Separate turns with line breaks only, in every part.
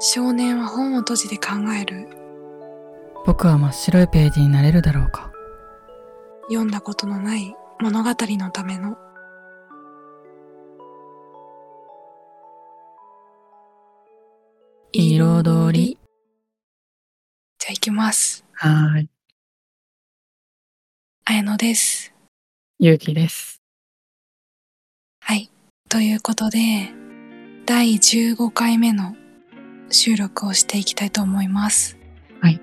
少年は本を閉じて考える。
僕は真っ白いページになれるだろうか。
読んだことのない物語のための。
彩り。
じゃあ行きます。
はーい。
綾乃です。
ゆうきです。
はい。ということで、第15回目の収録をしていきたいと思います。
はい。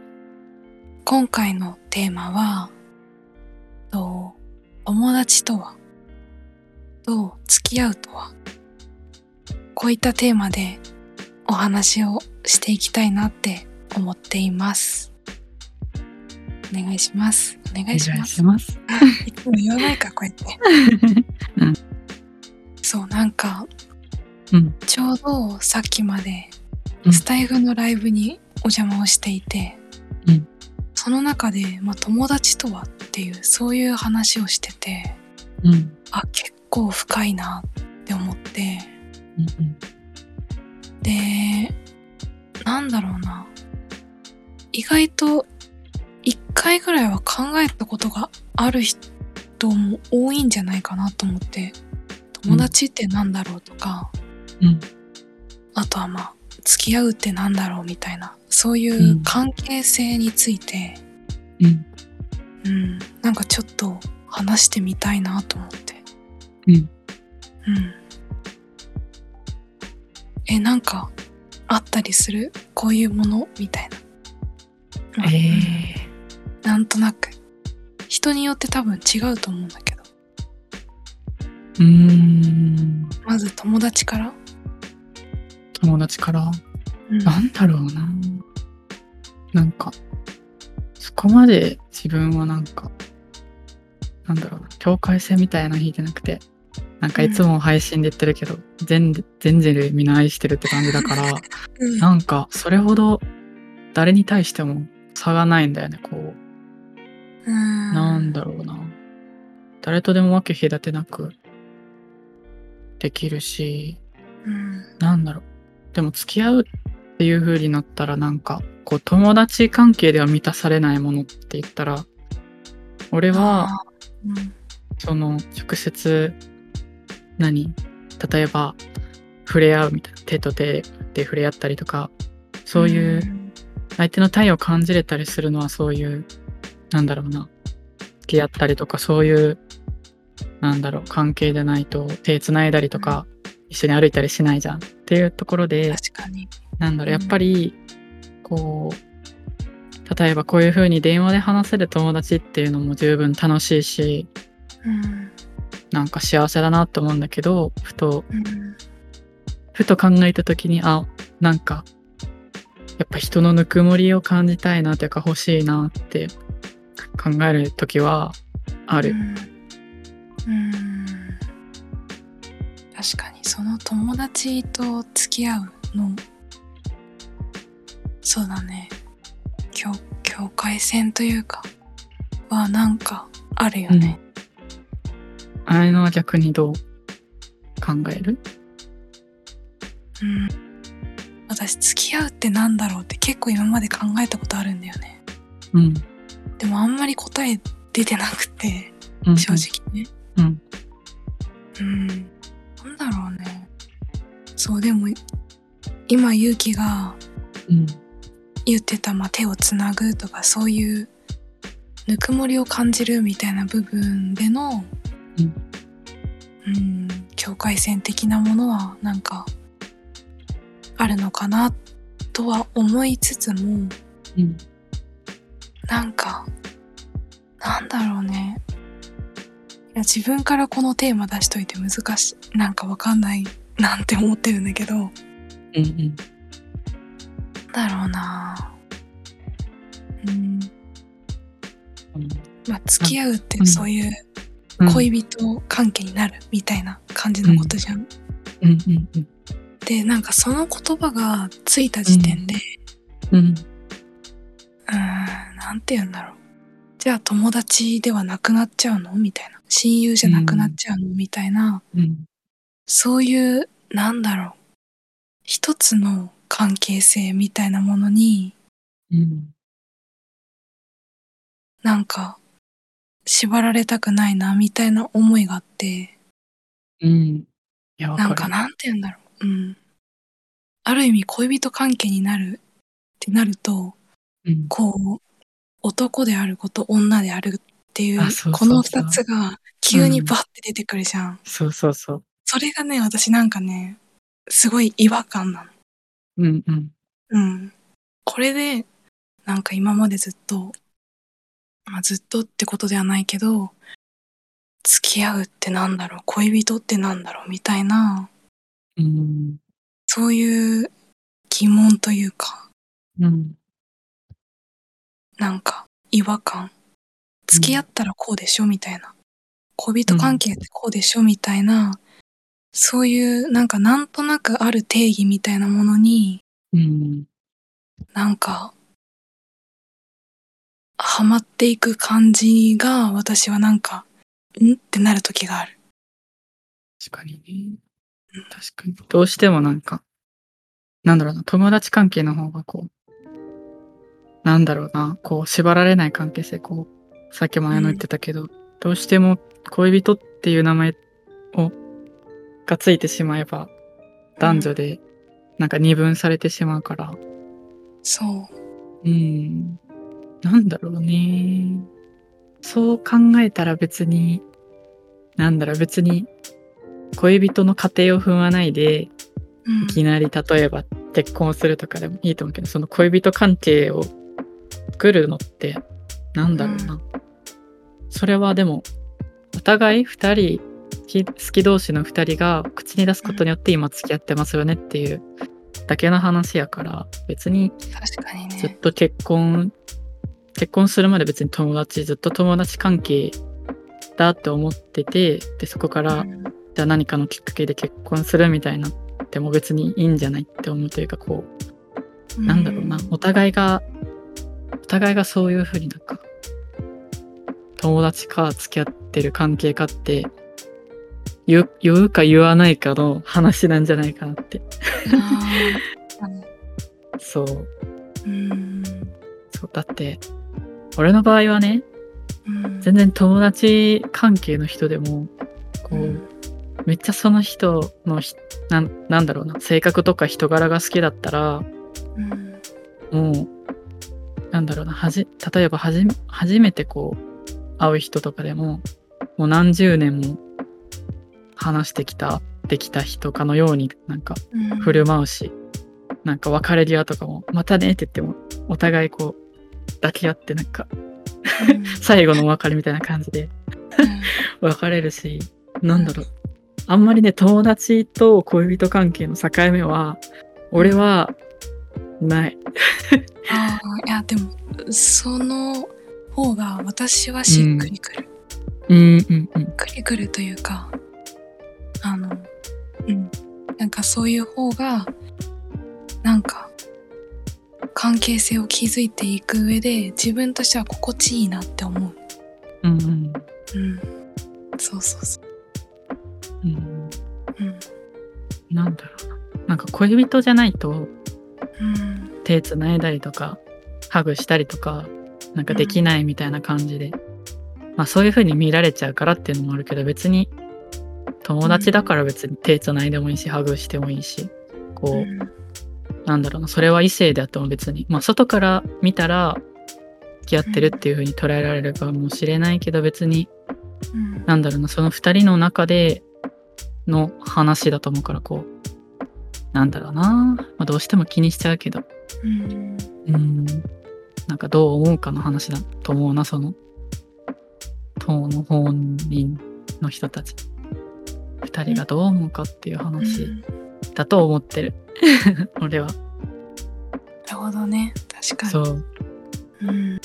今回のテーマは、と友達とはどう付き合うとはこういったテーマでお話をしていきたいなって思っています。お願いします。お願いします。
ます。
いつも言わないか、こうやって。
うん
そう、なんか、
うん
ちょうどさっきまで
うん
スタイフのライブにお邪魔をしていて、
うん
その中で、まあ、友達とはっていうそういう話をしてて
うん。
あ結構深いなって思って
うんうん
でなんだろうな意外と一回ぐらいは考えたことがある人も多いんじゃないかなと思って友達ってなんだろうとか、
うん
あとはまあ付き合うってなんだろうみたいなそういうんう関係性について、
うん
うんなんかちょっと話してみたいなと思って
うん
うんえなんかあったりするこういうものみたいな、
え
うんなんとなく人によって多分違うと思うんだけど
ーうーん。
まず友達から、
友達から、
うん
なんだろうな。なんか、そこまで自分はなんか、なんだろうな、境界線みたいなの引いてなくて、なんかいつも配信で言ってるけど、全全人類みんな愛してるって感じだ から、
うん
なんかそれほど誰に対しても差がないんだよねこう
うん
なんだろうな誰とでも分け隔てなくできるし
うん
なんだろうでも付き合うっていう風になったらなんかこう友達関係では満たされないものって言ったら俺は
あーうん
その直接何例えば触れ合うみたいな手と手で触れ合ったりとかそういう、相手の体を感じれたりするのはそういうなんだろうな付き合ったりとかそういうなんだろう関係でないと手つないだりとか、一緒に歩いたりしないじゃんっていうところ
うん
で
確かに
なんだろう
う
や
ん
っぱりこう例えばこういう風に電話で話せる友達っていうのも十分楽しいし
うん
なんか幸せだなと思うんだけどふと
うん
ふと考えた時にあなんかやっぱ人のぬくもりを感じたいなというか欲しいなって考える時はあ
う
る。
んうん確かにその友達と付き合うのそうだね境境界線というかはなんかあるよね、
あれのは逆にどう考える
うん私付き合うってなんだろうって結構今まで考えたことあるんだよね
うん。
でもあんまり答え出てなくて
うん
正。直ね。
うん。
うん。なんだろうね。そう、でも、今、ゆうきが
うん。
言ってた、まあ、手をつなぐとか、そういう、ぬくもりを感じるみたいな部分での、
うん
うん、境界線的なものは、なんか、あるのかな、とは思いつつも、
うん。
なんか、なんだろうね。いや、自分からこのテーマ出しといて難しい、なんかわかんないなんて思ってるんだけど、なん
うん。うん。
だろうなうん。まあ、付き合うって
うん
そういう
うん。
恋人関係になるみたいな感じのことじゃん。
うん。うん。うん。
で、なんかその言葉がついた時点で、
うん。
うーん、なんて言うんだろう。じゃあ友達ではなくなっちゃうのみたいな。親友じゃなくなっちゃうのみたいな。
うん。
そういう、なんだろう。一つの関係性みたいなものに
うん。
なんか縛られたくないなみたいな思いがあって
うん。いや、わか
な
る。
んかなんて言うんだろううんある意味恋人関係になるってなると
うん。
こう男であること女であるっていう
あそうそうそう
この2つが急にバッて出てくるじゃん、
そうそうそう。
それがね私なんかねすごい違和感なの
うんうん。
うん。これで、なんか今までずっと、まあずっとってことではないけど、付き合うってなんだろう、恋人ってなんだろう、みたいな、
うん。
そういう疑問というか、
うん。
なんか違和感。付き合ったらこうでしょ、みたいな。恋人関係ってこうでしょ、みたいな、そういう、なんかなんとなくある定義みたいなものに、
うん。
なんか、ハマっていく感じが、私はなんか、んってなる時がある。
確かにね。確かに。どうしてもなんか、なんだろうな、友達関係の方がこう、なんだろうな、こう、縛られない関係性、こう、さっきも前の言ってたけど、どうしても恋人っていう名前を、がついてしまえば、男女で、なんか二分されてしまうから、
そう。
うん、なんだろうね。そう考えたら別に、なんだろう、別に、恋人の過程を踏まないで、
うん
いきなり例えば結婚するとかでもいいと思うけど、その恋人関係を作るのって、なんだろうな。それはでも、お互い二人、き好き同士の二人が口に出すことによって今付き合ってますよねっていうだけの話やから、別に
確かに
ずっ
ね。
と結婚、結婚するまで別に友達、ずっと友達関係だって思ってて、で、そこから、
うん
じゃあ何かのきっかけで結婚するみたいなっても別にいいんじゃないって思うというか、こう、なんだろうな、お互いが、お互いがそういうふうになんか、友達か付き合ってる関係かって、言う言うか言わないかの話なんじゃないかなって。
あー
そう。
うん。
そうだって、俺の場合はね、
うん
全然友達関係の人でもこう、めっちゃその人のひなんなんだろうな性格とか人柄が好きだったら
うん
もうなんだろうなはじ例えばはじ初めてこう会う人とかでももう何十年も話してきたできた人かのようになんか
うん
振る舞うし、なんか別れ際とかも「またね」って言ってもお互いこう抱き合ってなんか
うん
最後のお別れみたいな感じで 別れるし、なんだろう。あんまりね、友達と恋人関係の境目は、俺は、ない。
あーいや、でも、その方が私はしっくりくる。
うんうんうん。
くりくるというか、あの、うん。なんかそういう方が、なんか、関係性を築いていく上で、自分としては心地いいなって思う。
うんうん。
うん。そうそうそう。
う
う
ん、
ん。
なんだろうな。なんか恋人じゃないと、
うん。
手つないだりとか、ハグしたりとか、なんかできないみたいな感じで。まあそういう風に見られちゃうからっていうのもあるけど、別に、友達だから別に手つないでもいいし、ハグしてもいいし、こう、なんだろうな、それは異性であっても別に、まあ、外から見たら、付き合ってるっていう風に捉えられるかもしれないけど、別に、
うん。
なんだろうな、その二人の中での話だと思うから、こう、なんだろうな、まあ、どうしても気にしちゃうけど、
うん。
うん、なんかどう思うかの話だと思うな、その、当の本人の人たち。二人がどう思うかっていう
う
話
ん
だと思ってる。 俺は。
なるほどね。確かに。。
そうう。
ん。い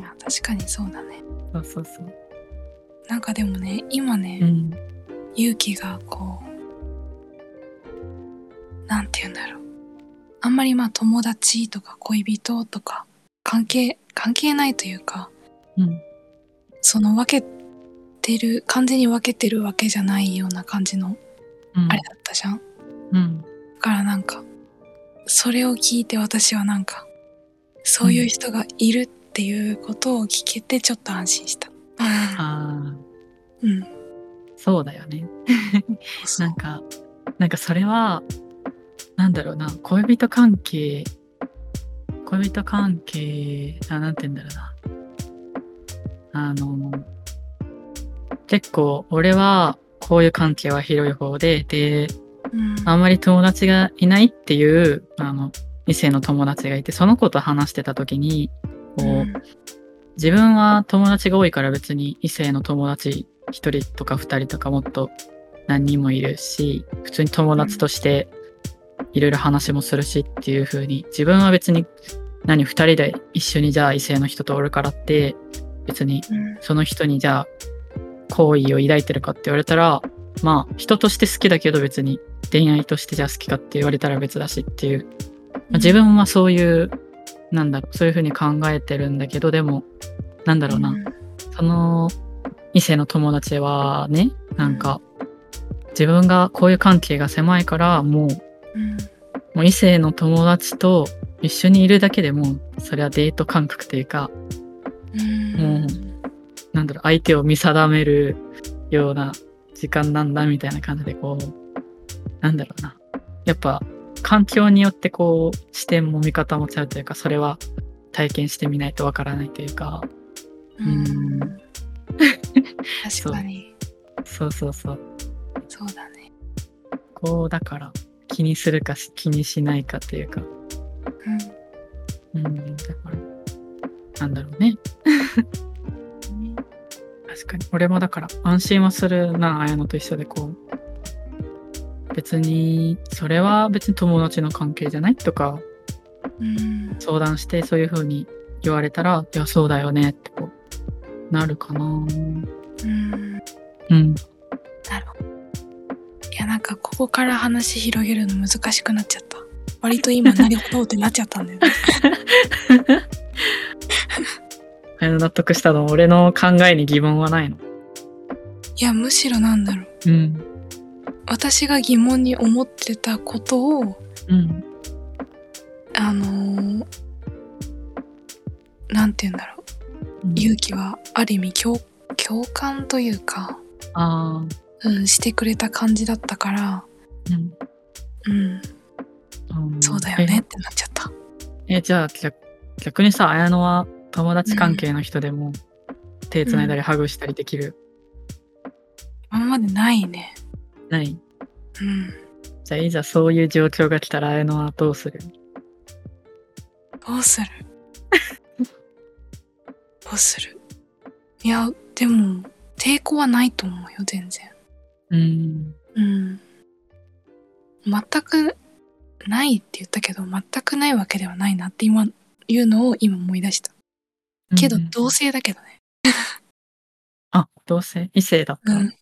や、確かにそうだね。
そうそうそう。
なんかでもね、今ね、
うん。
勇気がこうなんて言うんだろうあんまりまあ友達とか恋人とか関係関係ないというか
うん。
その分けてる完全に分けてるわけじゃないような感じの
うん
あれだったじゃん、
うん。
だからなんかそれを聞いて私はなんか、そういう人がいるっていうことを聞けてちょっと安心した。
ああ
うん。
そうだよね
そう
なんかなんかそれはなんだろうな恋人関係恋人関係あなんて言うんだろうなあの結構俺はこういう関係は広い方でで
うん
あんまり友達がいないっていうあの異性の友達がいてその子と話してた時にこう、
うん
自分は友達が多いから別に異性の友達1人とか2人とかもっと何人もいるし普通に友達としていろいろ話もするしっていう風に自分は別に何2人で一緒にじゃあ異性の人とおるからって別に
うん
その人にじゃあ好意を抱いてるかって言われたらまあ人として好きだけど別に恋愛としてじゃあ好きかって言われたら別だしっていう、まあ自分はそういうなんだろうそういうふうに考えてるんだけどでもなんだろうな、
うん
その異性の友達はねなんか自分がこういう関係が狭いからもう
うん
もう異性の友達と一緒にいるだけでもうそれはデート感覚というか
うん
なんだろう、相手を見定めるような時間なんだみたいな感じで、こう、なんだろうな。やっぱ、環境によってこう、視点も見方も違うというか、それは体験してみないとわからないというか、
う
うんん
確かに
そうそうそう。
そうだね
こう、だから、気にするかし気にしないかというか、
うん
うん、だから、なんだろうね。確かに俺もだから安心はするな綾乃と一緒でこう別にそれは別に友達の関係じゃないとか
うん
相談してそういう風に言われたらいやそうだよねってこうなるかな
うん
うん
なるほどいやなんかここから話広げるの難しくなっちゃった割と今なるほどってなっちゃったんだよね
綾乃納得したの俺の考えに疑問はないの
いやむしろなんだろう
うん
私が疑問に思ってたことを
うん
あのーなんて言うんだろう勇気はある意味共共感というか、
ああ
うん、してくれた感じだったから、
うん
うん、
ん
そうだよねってなっちゃった。
ええじゃあ逆逆にさ綾乃は友達関係の人でも手つないだりハグしたりできる、
今までないね。
ない
うん。
じゃあいざそういう状況が来たら綾乃はどうする
どう するどうするいや、でも、抵抗はないと思うよ、全然。
うん
うん。全くないって言ったけど、全くないわけではないなって今、いうのを今思い出した。けど、同
性
性だけどね。
あ同性異性だった、
うん。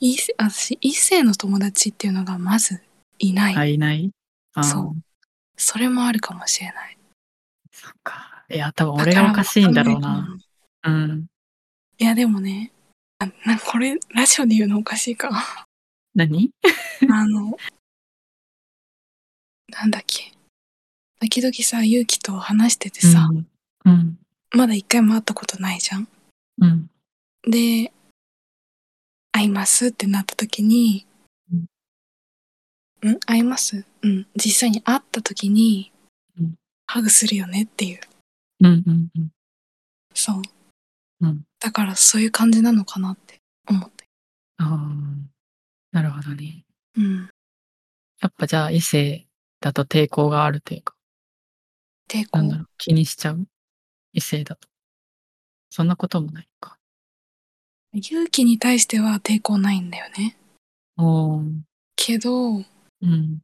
異性、私、異性の友達っていうのがまずいない。
あいないあー
そうそれもあるかもしれない。
そっかいや多分俺がおかしいんだろう
からわか
なん
いか
うん
いや、でもね、あなんかこれ、ラジオで言うのおかしい か。
何
あの、なんだっけ。時々さ、ゆうきと話しててさ、
うんうん
まだ一回も会ったことないじゃん。
うん
で、会いますってなった時に、ん会いますうん。実際に会った時に
うん、
ハグするよねっていう。
うんうんうん
そう。
うん
だからそういう感じなのかなって思って。
あーなるほどね
うん。
やっぱじゃあ異性だと抵抗があるというか
抵抗
なんだろう気にしちゃう異性だとそんなこともないか
勇気に対しては抵抗ないんだよね。
おー
けど、
うん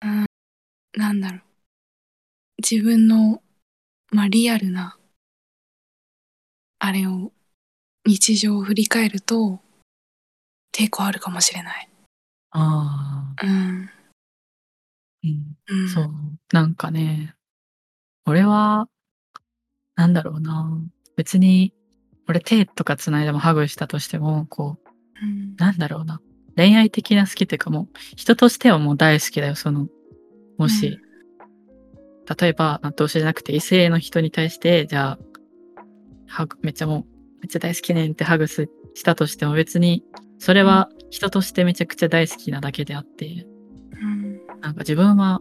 なんだろう。自分の、まあ、リアルな、あれを、日常を振り返ると、抵抗あるかもしれない。
あ
う
あ
ん。
うん
うん、
そう。なんかね、俺は、なんだろうな。別に、俺手とか繋いでもハグしたとしても、こう、
うん。
なんだろうな。恋愛的な好きというかもう、人としてはもう大好きだよ。その、もし、例えば、同性じゃなくて異性の人に対して、じゃあ、ハグ、めっちゃもう、めっちゃ大好きねんってハグすしたとしても別に、それは人としてめちゃくちゃ大好きなだけであって、
うん
なんか自分は、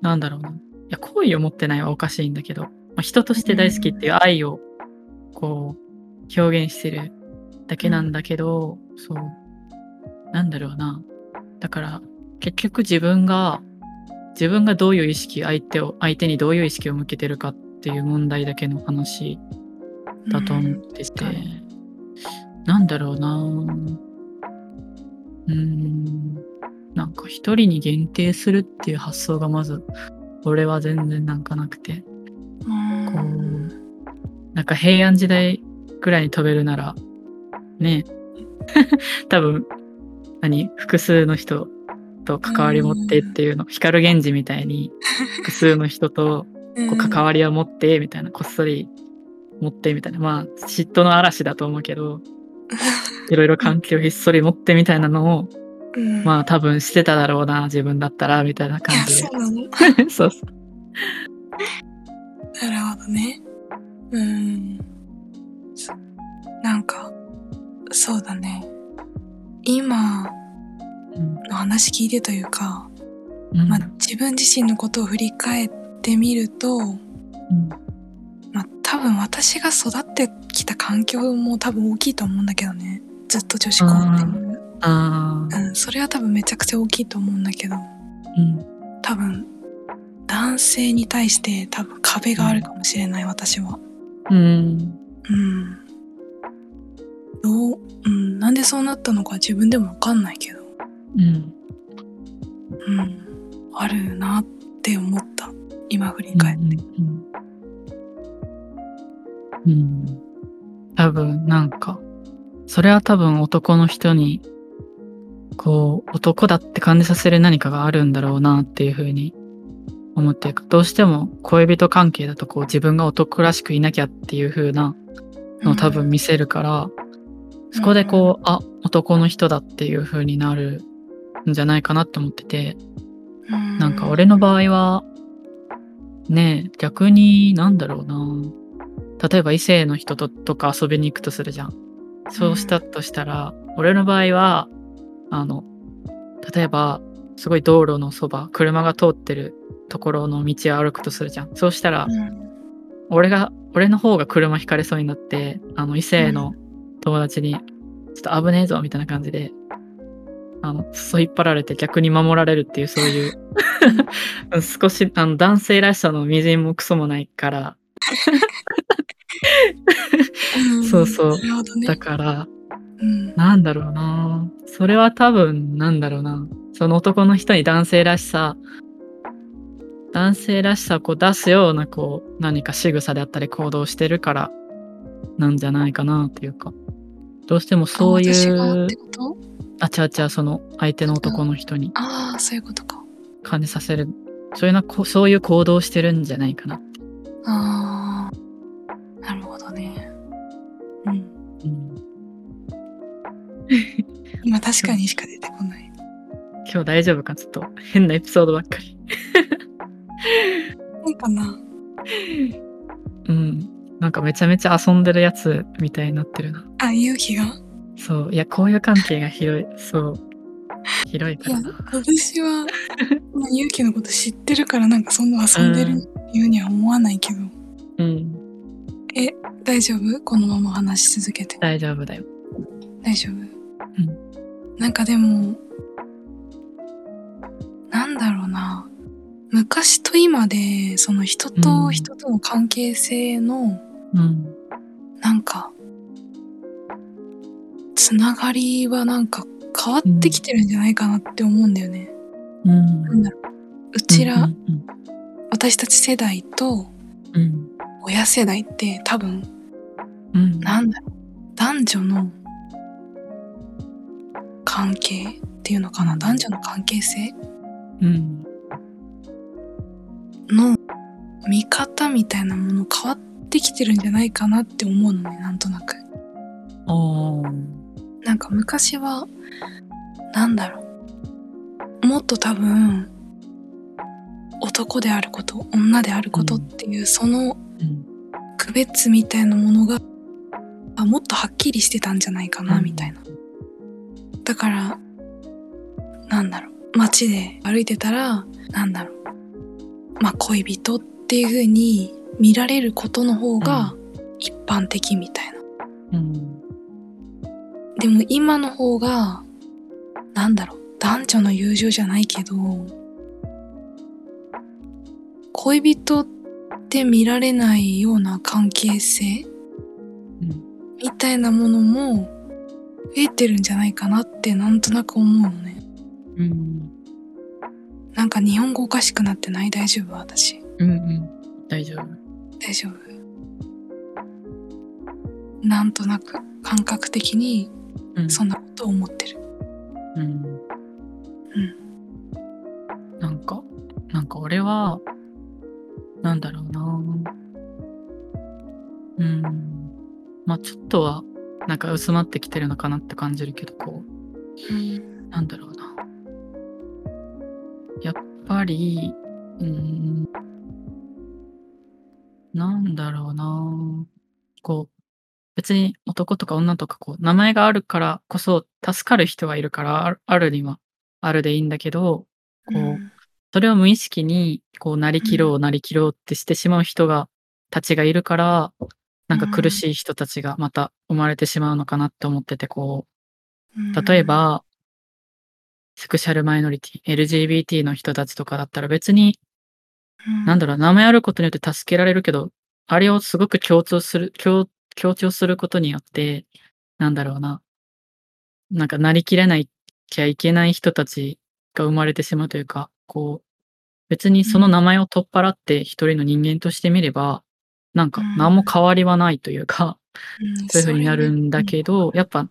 なんだろうな。いや、好意を持ってないはおかしいんだけど、まあ、人として大好きっていう愛を、こう、表現してるだけなんだけど、そう。なんだろうな。だから、結局自分が、自分がどういう意識、相手を、相手にどういう意識を向けてるかっていう問題だけの話だと思ってて、
うん
なんだろうなうーんなんか一人に限定するっていう発想がまず俺は全然なんかなくて
うん
こうなんか平安時代くらいに飛べるならね 多分何複数の人と関わり持ってっていうの、光源氏みたいに複数の人とこう関わりを持ってみたいなこっそり持ってみたいなまあ嫉妬の嵐だと思うけどいろいろ関係をひっそり持ってみたいなのを
うん
まあ多分してただろうな自分だったらみたいな感
い
じ
やそうなのな
でそうそう
るほどねうんそなんかそうだね今
うん
の話聞いてというか、
うん
まあ、自分自身のことを振り返ってみると、
うん
まあ、多分私が育ってきた環境も多分大きいと思うんだけどねずっと女子校っていう、
あー
うん、それは多分めちゃくちゃ大きいと思うんだけど
うん
多分男性に対して多分壁があるかもしれない私は。
うん
うん。どう、うん、なんでそうなったのか自分でもわかんないけど、
うん
うん、あるなって思った。今振り返って。
うんうんうんうん多分なんかそれは多分男の人にこう男だって感じさせる何かがあるんだろうなっていうふうに思ってどうしても恋人関係だとこう自分が男らしくいなきゃっていう風なのを多分見せるから、そこでこう、あ男の人だっていう風になるんじゃないかなって思ってて、
う、
なんか俺の場合は、ねえ、逆になんだろうな。例えば異性の人ととか遊びに行くとするじゃん。そうしたとしたら、俺の場合は、あの、例えば、すごい道路のそば、車が通ってるところの道を歩くとするじゃん。そうしたら
う、ん、
俺が、俺の方が車引かれそうになって、あの、異性の友達に、ちょっと危ねえぞ、みたいな感じで、あの、そう引っ張られて逆に守られるっていう、そういううん、少し、あの、男性らしさの微塵もクソもないから、
うん
そうそう
なるほどね
だ。から、
うん
なんだろうなそれは多分、なんだろうなその男の人に男性らしさ、男性らしさをこう出すような、こう、何か仕草であったり行動してるから、なんじゃないかなっていうか。どうしてもそうい
あ私がっ
う
て、こと
あちゃあちゃその相手の男の人に
ああ、そういうことか。
感じさせる、そういうな、こそういう行動をしてるんじゃないかな。
ああ、なるほどね。うん。
うん
今確かにしか出てこない。
今日大丈夫かちょっと変なエピソードばっかり。
なんかな。
うん。なんかめちゃめちゃ遊んでるやつみたいになってるな。
あ、勇気が
そう。いや、交友関係が広い。そう。広い
い
か
や
らな。
私 はまあ勇気のこと知ってるからなんかそんな遊んでるようには思わないけど、
うん。
大丈夫このまま話し続けて
大丈夫だよ。
大丈夫、なんかでもなんだろうな昔と今でその人と人との関係性の
うん。
なんかつながりはなんか変わってきてるんじゃないかなって思うんだよね、
うん。
なんだろううちら、
うん。
私たち世代と
うん。
親世代って多分
うん。
なんだろう男女の関係っていうのかな男女の関係性
うん。
の見方みたいなもの変わってきてるんじゃないかなって思うのねなんとなく
おー。
なんか昔はなんだろうもっと多分男であること女であることっていう、その
うん
区別みたいなものがあもっとはっきりしてたんじゃないかな
うん
みたいな、だからなんだろう街で歩いてたらなんだろうまあ恋人っていう風に見られることの方が一般的みたいな、
うん
でも今の方がなんだろう男女の友情じゃないけど恋人って見られないような関係性
うん
みたいなものも増えてるんじゃないかなってなんとなく思うのね。
うん
なんか日本語おかしくなってない大丈夫私。
うんうん大丈夫
大丈夫なんとなく感覚的に
うん
そんなことを思ってる。
うんなんかなんか俺はなんだろうなうんまあちょっとはなんか薄まってきてるのかなって感じるけどこう
うん。
なんだろうなやっぱりうんなんだろうなこう別に男とか女とかこう名前があるからこそ助かる人はいるからあるあるにはあるでいいんだけどこ
う
う、
ん
それを無意識に、こう、なりきろう、なりきろうってしてしまう人が、たちがいるから、なんか苦しい人たちがまた生まれてしまうのかなって思ってて、こう、例え、ば、セクシャルマイノリティ、LGBT の人たちとかだったら別に、なん
だ
だろう、名前あることによって助けられるけど、あれをすごく強調する、強強調することによって、なんだろうな、なんかなりきれないきゃいけない人たちが生まれてしまうというか、こう、別にその名前を取っ払って一人の人間としてみれば、なんか何も変わりはないというか、そういう風になるんだけど、やっぱ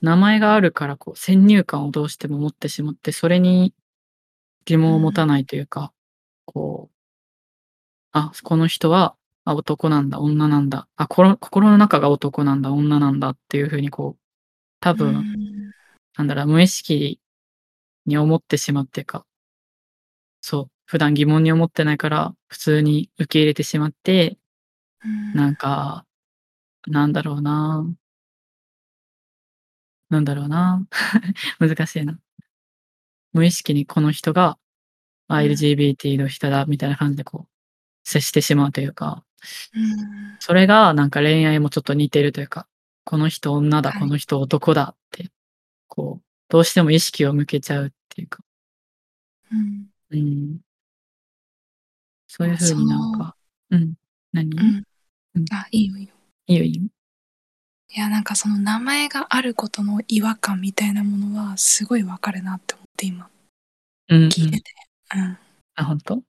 名前があるからこう先入観をどうしても持ってしまってそれに疑問を持たないというか、こうあこの人はあ男なんだ女なんだあこの心の中が男なんだ女なんだっていうふうにこう多
多
分、なんだろう無意識に思ってしまうっていうかそう普段疑問に思ってないから普通に受け入れてしまってなんか、なんだろうな。なんだろうな。 難しいな。無意識にこの人が、
う
あ
ん
LGBT の人だ、みたいな感じでこう、接してしまうというか、それがなんか恋愛もちょっと似てるというか、この人女だ、
はい
この人男だって、こう、どうしても意識を向けちゃうっていうか、うん。そういうふうになんか、うん。何、
うんあいいよいいよ。
いいよいいよ。
いやなんかその名前があることの違和感みたいなものはすごいわかるなって思って今
うん、うん。
聞いてて。うん。
あ、本当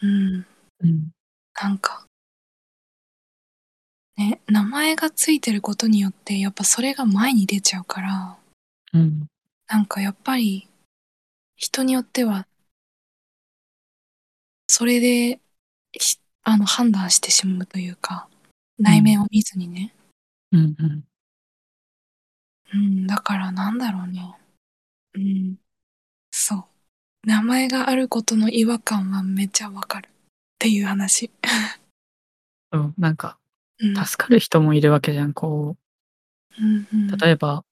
うん
うん。
なんか、ね、名前がついてることによって、やっぱそれが前に出ちゃうから、
うん。
なんかやっぱり、人によっては、それで、ひあの、判断してしまうというか、内面を見ずにね。
うんうん
うん、だからなんだろうね。うん、そう。名前があることの違和感はめっちゃわかる。っていう話。
うん、なんか
うん、
助かる人もいるわけじゃんこ
うんうん
う例えば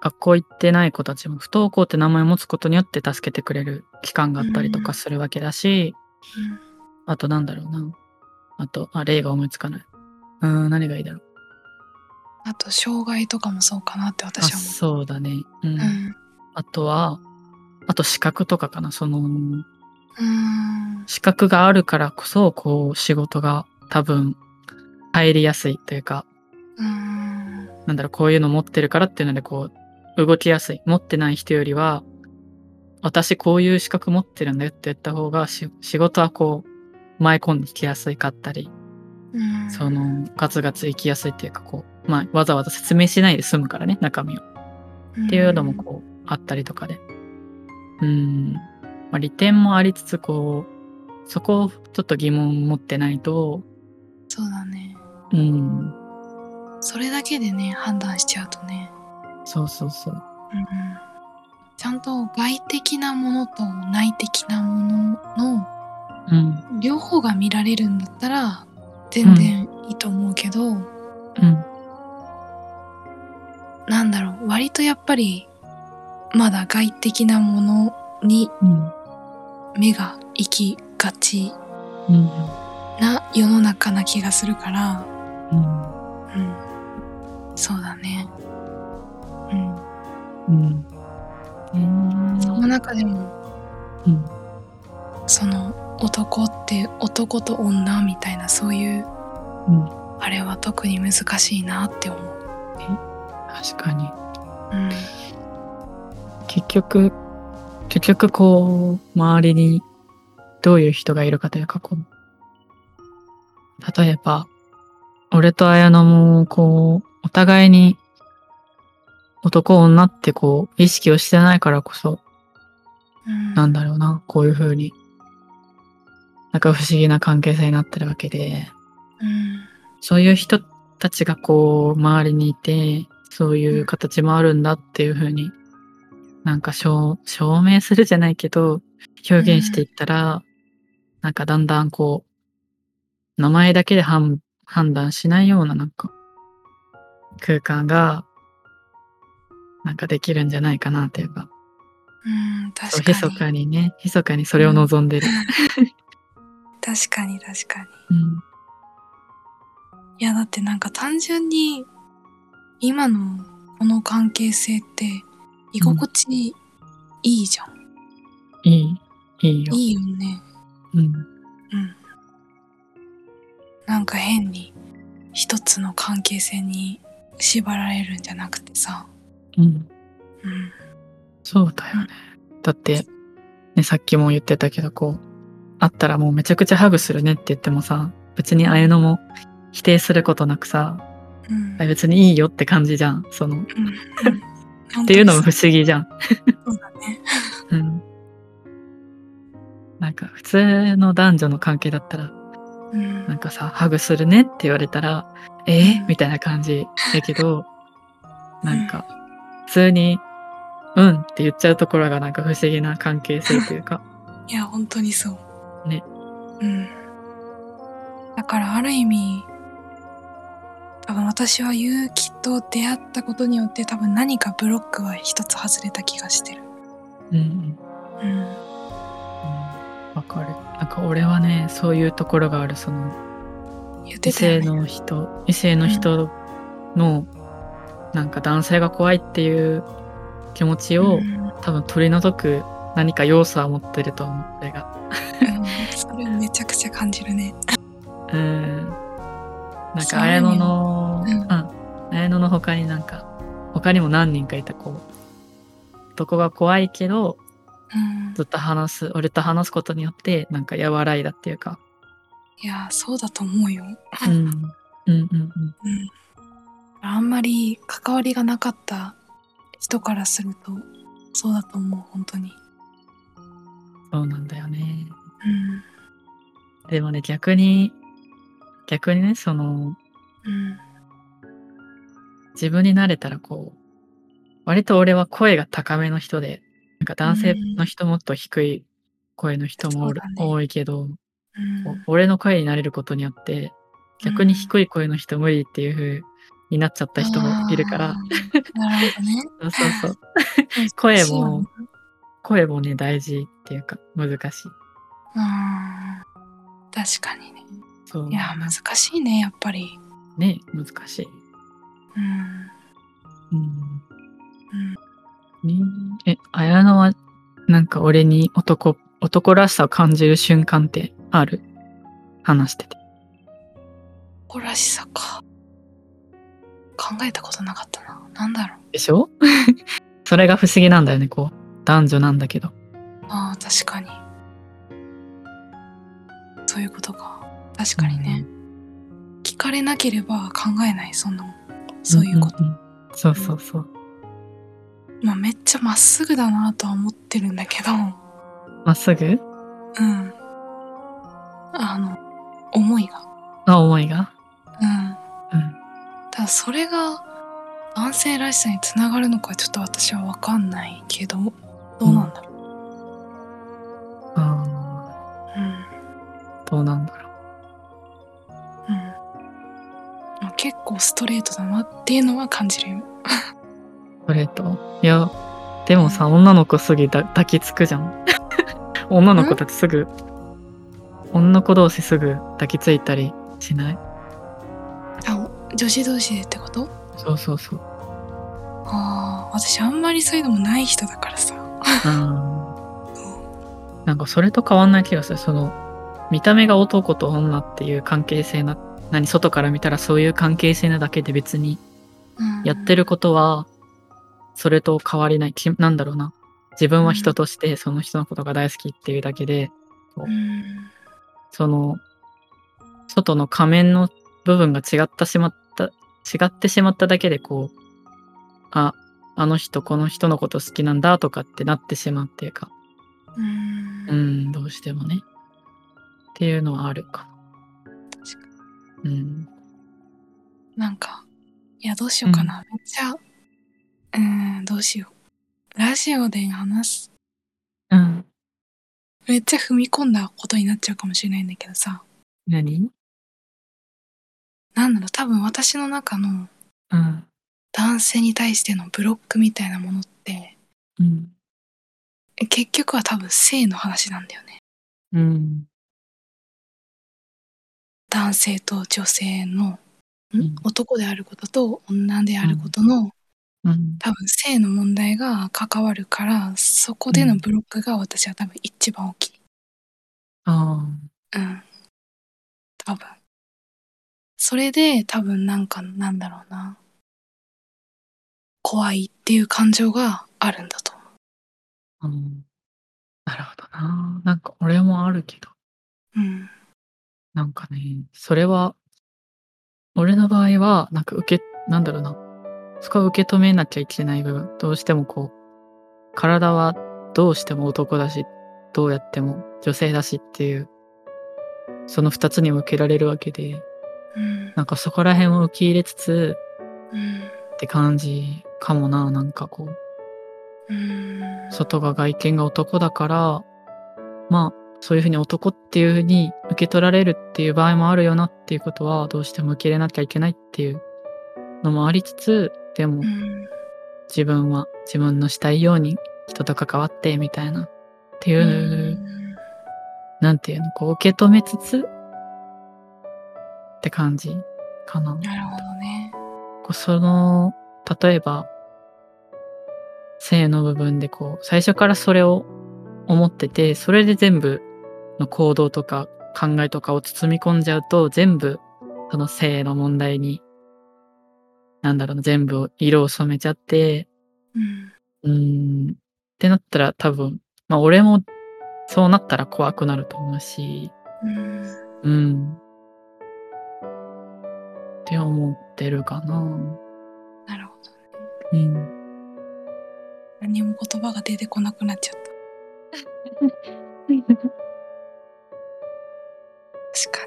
学校行ってない子たちも不登校って名前を持つことによって助けてくれる機関があったりとかするわけだし、
うん
あとなんだろうなあとあ例が思いつかないうーん何がいいだろう
あと障害とかもそうかなって
あ
私は思う。
そうだね、うん
うん
あとはあと資格とかかなその
うーん
資格があるからこそこう仕事が多分入りやすいというか
うーん
なんだろう、こういうの持ってるからっていうので、こう、動きやすい。持ってない人よりは、私こういう資格持ってるんだよって言った方が、し仕事はこう、舞い込んできやすかったり、
うん
その、ガツガツ行きやすいっていうか、こう、まあ、わざわざ説明しないで済むからね、中身を。っていうのもこう、あったりとかで。うん。まあ、利点もありつつ、こう、そこをちょっと疑問持ってないと、
うんそうだね
うん、
それだけでね判断しちゃうとね
そうそうそう。
うんちゃんと外的なものと内的なものの
うん
両方が見られるんだったら全然いいと思うけど、
うん
なんだろう割とやっぱりまだ外的なものに
うん
目が行きがち
うん
な世の中な気がするから、
うん
うん、そうだね。うん、
うんうん
その中でも
うん
その男って男と女みたいなそういう
うん
あれは特に難しいなって思う。
確かに
うん
結局結局こう周りにどういう人がいるかというかこう例えば俺と綾乃もこうお互いに男女ってこう意識をしてないからこそ
うん
なんだろうなこういう風になんか不思議な関係性になってるわけで
うん
そういう人たちがこう周りにいてそういう形もあるんだっていう風になんか証証明するじゃないけど表現していったら、なんかだんだんこう名前だけで判判断しないようななんか空間がなんかできるんじゃないかなというか
うん、
そう
確かに
密かにね密かにそれを望んでる。
確かに確かに
うん
いやだってなんか単純に今のこの関係性って居心地いいじゃん、
いいいいよ。
いいよね
うん
うんなんか変に一つの関係性に縛られるんじゃなくてさ
うん
うん
そうだよね。だって、ね、さっきも言ってたけど、こう、会ったらもうめちゃくちゃハグするねって言ってもさ、別にあゆのも否定することなくさ、
うん
あ別にいいよって感じじゃん。その、っ
うんうん
ていうのも
本
不思議じゃん。
当にそうだね
うん。なんか、普通の男女の関係だったら、
うん
なんかさ、ハグするねって言われたら、えーみたいな感じだけ ど、なんか、普通に、うんって言っちゃうところがなんか不思議な関係性というか、
いや本当にそう
ね
うんだからある意味多分私は勇気と出会ったことによって多分何かブロックは一つ外れた気がしてる
うんうん。
うん
うんわかる。なんか俺はね、そういうところがある、その、
言っ
異
てた
性
よね
の人、異性の人の、なんか男性が怖いっていう気持ちを、
うん
多分取り除く何か要素は持ってると思う、俺が。
うんそれめちゃくちゃ感じるね
うん。なん
そう
か、綾乃の、
う
うんん。綾乃の他になんか、他にも何人かいた子。男が怖いけど、
うん
ずっと話す、俺と話すことによって、なんか和らいだっていうか、
いやそうだと思うよ
うん。うんうんう
う
ん。
んあんまり関わりがなかった人からするとそうだと思う本当に
そうなんだよね。
うん
でもね、逆に、逆にね、その、
うん
自分に慣れたらこう、割と俺は声が高めの人で、なんか男性の人もっと低い声の人もおる
そうだね
多いけど、
うん
こう俺の声になれることによって、逆に低い声の人無理っていう風になっちゃった人もいるか
あ
ら、
ー。なるほどね。
そうそうそう、
うん
声
そうなん
も
だ、
声もね、大事っていうか、難し
う
い。
ん確かにね。
そう。
いや、難しいね、やっぱり。
ね、難しい。
うん。
うんねえ、綾乃は、なんか俺に男、男らしさを感じる瞬間ってある話してて。
男らしさか。考えたことなかったな。なんだろう。
でしょ それが不思議なんだよね、こう。男女なんだけど。
ああ、確かに。そういうことか。確かにね。聞かれなければ考えない、そんなもんそういうこと。
んんん。そうそうそう。
まあ、めっちゃまっすぐだなとは思ってるんだけど、
まっすぐ
うん。あの、思いが。
あ、思いが。
うん。
うん。
ただそれが男性らしさにつながるのかちょっと私は分かんないけどどうなんだろう、
あ
うん
ーどうなんだろう。
うんまあ結構ストレートだなっていうのは感じるよ
ストレート。いや、でもさ、女の子すぐだ抱きつくじゃん。 女の子たちすぐ、女の子同士すぐ抱きついたりしない
あ女子同士でってこと
そうそうそう。
ああ私あんまりそういうのもない人だからさ
うんなんかそれと変わんない気がするその見た目が男と女っていう関係性な何外から見たらそういう関係性なだけで別にやって
る
ることはそれと変わりないきなんだろうな自分は人としてその人のことが大好きっていうだけで
うん
その外の仮面の部分が違ったしまった違ってしまっただけでこうああの人この人のこと好きなんだとかってなってしまうっていうか
うん
うん、どうしてもね。っていうのはあるか
確か
な。うん。
なんかいやどうしようかな、めっちゃうんどうしようラジオで話す
うん。
めっちゃ踏み込んだことになっちゃうかもしれないんだけどさ
何
なんだろう多分私の中の
うん。
男性に対してのブロックみたいなものって
うん。
結局は多分性の話なんだよね
うん。
男性と女性の、ん
うん
男であることと女であることの、
うん。
多分性の問題が関わるからそこでのブロックが私は多分一番大きい
あ
うん多分それで多分なんかなんだろうな怖いっていう感情があるんだと思
あ。うん。なるほどな。なんか俺もあるけど、
ううん
なんかね、それは、俺の場合は、なんか受け、なんだろうな。そこは受け止めなきゃいけない部分。どうしてもこう、体はどうしても男だし、どうやっても女性だしっていう、その二つに分けられるわけで、
うん
なんかそこら辺を受け入れつつ
うん
って感じかもな。なんかこ
う
う、
ん
外が外見が男だから、まあ、そういうふうに男っていうふうに受け取られるっていう場合もあるよなっていうことは、どうしても受け入れなきゃいけないっていうのもありつつ、でも
うん
自分は自分のしたいように人と関わってみたいなっていう、なんていうの、こう受け止めつつって感じかな。
なるほどね
こうその例えば性の部分でこう最初からそれを思っててそれで全部の行動とか考えとかを包み込んじゃうと全部その性の問題になんだろうな全部を色を染めちゃって
うん
うーんってなったら多分まあ俺もそうなったら怖くなると思うし
うん
うんって思ってるかな
なるほど
うん
何も言葉が出てこなくなっちゃった確か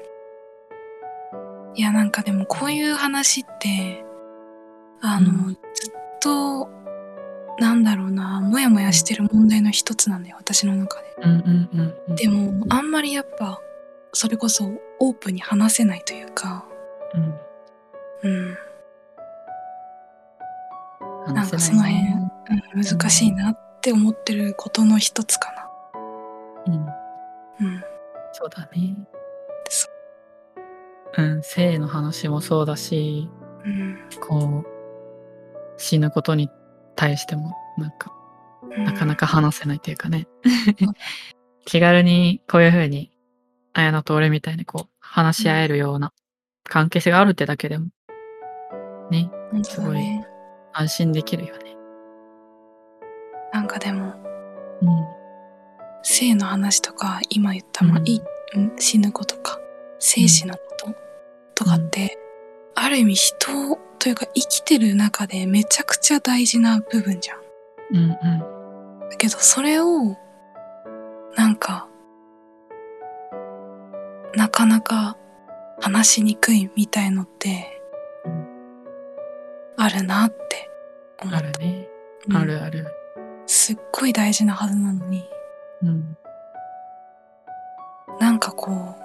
にいやなんかでもこういう話ってあの、
う
ずっとなんだろうなモヤモヤしてる問題の一つなんだよ私の中で
うんうんうんうん
でもあんまりやっぱそれこそオープンに話せないというか
うん
うん
話せ
なんかその辺
いね
うん難しいなって思ってることの一つか
うん、
なうん
そうだね
そ。
うん、性の話もそうだし、
うん
こう、死ぬことに対しても、なんか、
うん
なかなか話せないというか ね
そう。
気軽にこういうふうに、綾乃と俺みたいにこう、話し合えるような関係性があるってだけでも、ね、
本当だね
安心できるよね。
なんかでも
うん。
性の話とか今言った、まあ
うん
いうん死ぬことか生死のこととかって、ある意味人というか生きてる中でめちゃくちゃ大事な部分じゃん。
うん
だけどそれをなんかなかなか話しにくいみたいのって
うん
あるなって思
あ
っ
る
た、
ね。
うん
あるある。
すっごい大事なはずなのに
うん。
なんかこう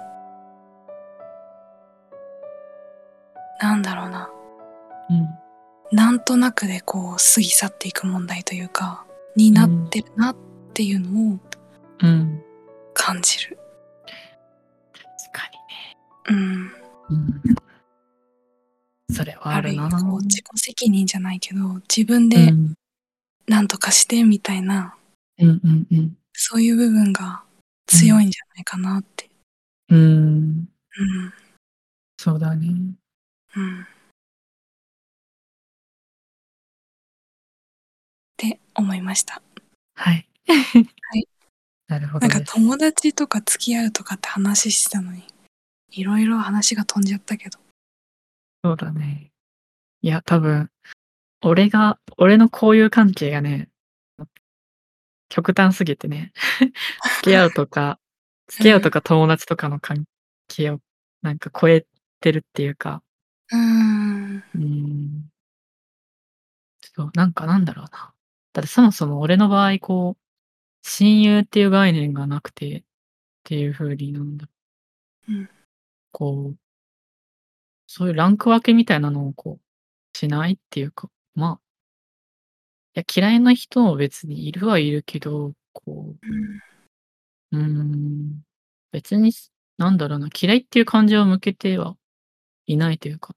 なんだろうな
うん。
なんとなくでこう過ぎ去っていく問題というかになってるなっていうのを
うん。
感じる
確か
うん
にね。うん。それはあ
ある
る
意
な。
味こう自己責任じゃないけど自分
う
で
ん。
なんとかしてみたいな、
うんうんうん。
そういう部分が強いんじゃないかなって
うん。
うん
そうだね。
うんって思いました
はい。
い
なるほ
な
ど
んか
です。
友達とか付き合うとかって話してたのにいろいろ話が飛んじゃったけど
そうだね。いや、多分、俺が、俺の交友関係がね、極端すぎてね、付き合うとか、付き合うとか友達とかの関係をなんか超えてるっていうか、
うーん
うーん。そう、なんかなんだろうな。だってそもそも俺の場合、こう、親友っていう概念がなくて、っていう風になんだろ
うん
こう、そういうランク分けみたいなのをこう、しないっていうか、まあ、いや、嫌いな人も別にいるはいるけど、こ
うん
う、うーん、別に、なんだろうな、嫌いっていう感情を向けてはいないというか、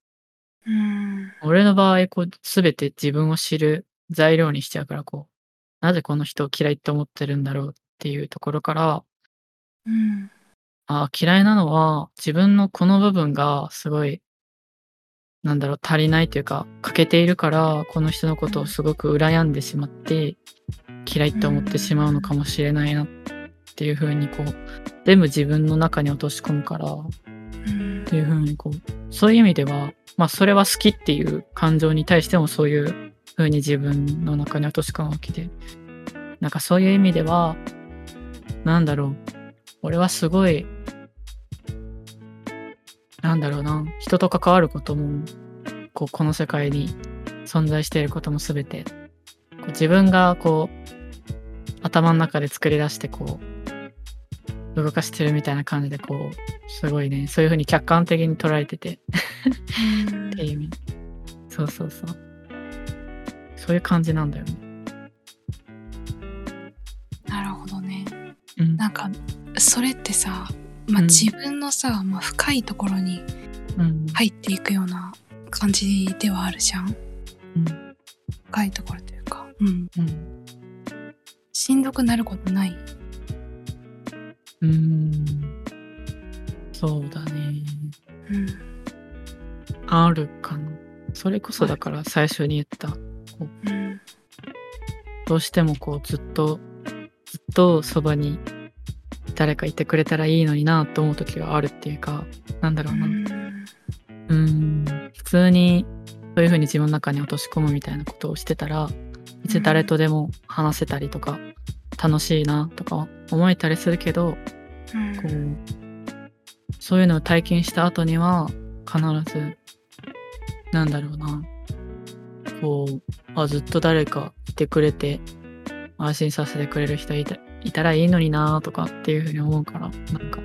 うん
俺の場合、こう、すべて自分を知る材料にしちゃうから、こう、なぜこの人を嫌いって思ってるんだろうっていうところから、
うん
ああ、嫌いなのは、自分のこの部分がすごい、なんだろう、足りないというか、欠けているから、この人のことをすごく羨んでしまって、嫌いって思ってしまうのかもしれないなっていうふうに、こう、全部自分の中に落とし込むから、
うん
っていうふうにこうそういう意味ではまあそれは好きっていう感情に対してもそういうふうに自分の中に落とし込むわけでなんかそういう意味ではなんだろう俺はすごいなんだろうな人と関わることもこうこの世界に存在していることも全てこう自分がこう頭の中で作り出してこう動かしてるみたいな感じでこうすごいねそういう風に客観的に捉えててっていう意味そうそうそうそういう感じなんだよね
なるほどね
うん
なんかそれってさ、まあ、
うん
自分のさ、まあ、深いところに
うん
入っていくような感じではあるじゃん
うん
深いところというか、うん、
うん
しんどくなることないう
ーんそうだね
うん
あるかなそれこそだから最初に言った
うん
どうしてもこうずっとずっとそばに誰かいてくれたらいいのになと思う時があるっていうかなんだろうなうーん普通にそういう風に自分の中に落とし込むみたいなことをしてたらいつ誰とでも話せたりとか楽しいなとか思えたりするけど
うん
こうそういうのを体験した後には必ずなんだろうなこうあずっと誰かいてくれて安心させてくれる人いたいたらいいのになとかっていう風に思うからなんか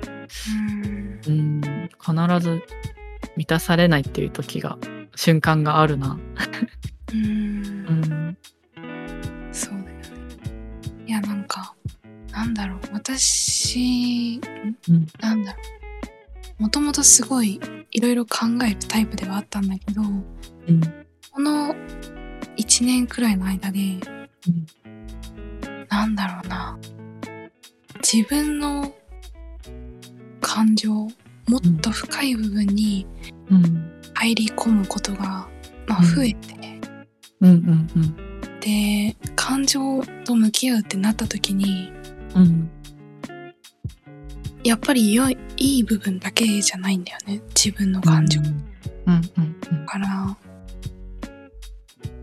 うん
うん必ず満たされないっていう時が瞬間があるな。
うん
ん、
そうだよねいやなんかなんだろう私ん
うん
なんだろうもともとすごいいろいろ考えるタイプではあったんだけど
うん、
この1年くらいの間で、なんだろうな自分の感情もっと深い部分に
うん、
入り込むことが、まあ、
うん
増えて、
うん、うん、うん、
で感情と向き合うってなった時に
うん、
やっぱり良いいい部分だけじゃないんだよね自分の感情
う
だ
ん、うん、うん、
から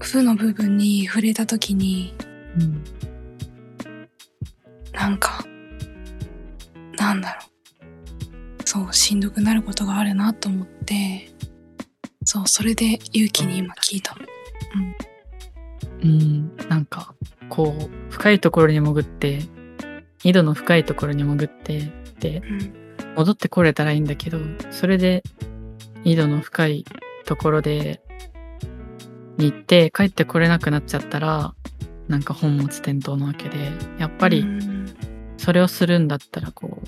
負の部分に触れた時に
うん、
なんかなんだろうそうしんどくなることがあるなと思ってそうそれで勇気に今聞いた
うん、なんかこう深いところに潜って井戸の深いところに潜ってで
うん
戻ってこれたらいいんだけどそれで井戸の深いところでに行って帰ってこれなくなっちゃったらなんか本末転倒なわけでやっぱ
う
り
ん
それをするんだったらこ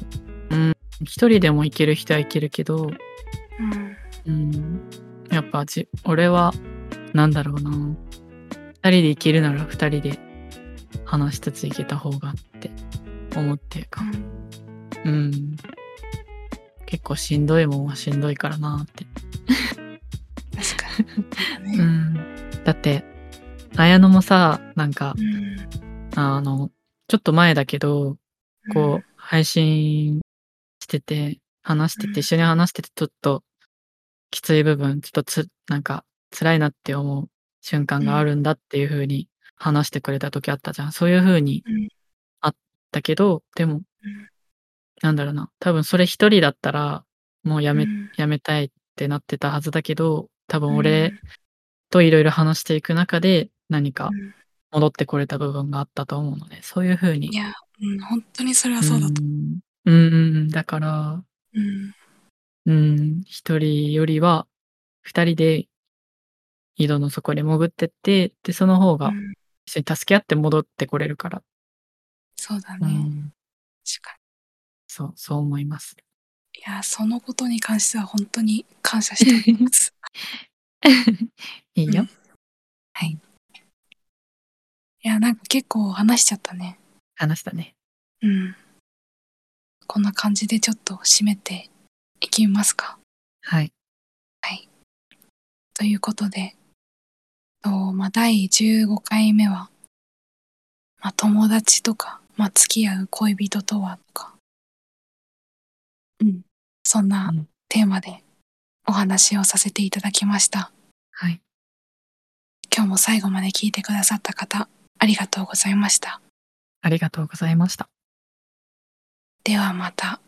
う、うん、一人でも行ける人は行けるけど
うん
うん、やっぱじ俺はなんだろうな2人で行けるなら2人で話しつつ行けた方がって思ってるかも、うん、結構しんどいもんはしんどいからなって、
確かに
う
ね
ん、だって綾乃もさなんか
うん
あのちょっと前だけどこう配信してて話して
うん
て一緒に話しててちょっときつい部分ちょっとつなんか辛いなって思う瞬間があるんだっていう風に話してくれた時あったじゃんそういう風に
うん
あったけどでもなんだろうな多分それ一人だったらもうやめ
うん
やめたいってなってたはずだけど多分俺といろいろ話していく中で何か
うん
戻ってこれた部分があったと思うのでそういう風に
いや、うん、本当にそれはそうだと
うんうんうんだから
思う、うん
うん、一人よりは二人で井戸の底に潜ってって、で、その方が
うん
一緒に助け合って戻ってこれるから、
そうだ
う
ね、確
ん、
か
そう、そう思い ます。
にいやそのことに関しては本当に感謝しております
いいよ。
いやなんか結構話しちゃったね
話したね。
うんこんな感じでちょっと締めていきますか
はい。
ということで、とまあ、第15回目は、まあ、友達とか、まあ、付き合う恋人とはとか、うん、そんな
うん
テーマでお話をさせていただきました。
はい。
今日も最後まで聞いてくださった方、ありがとうございました。
ありがとうございました。
ではまた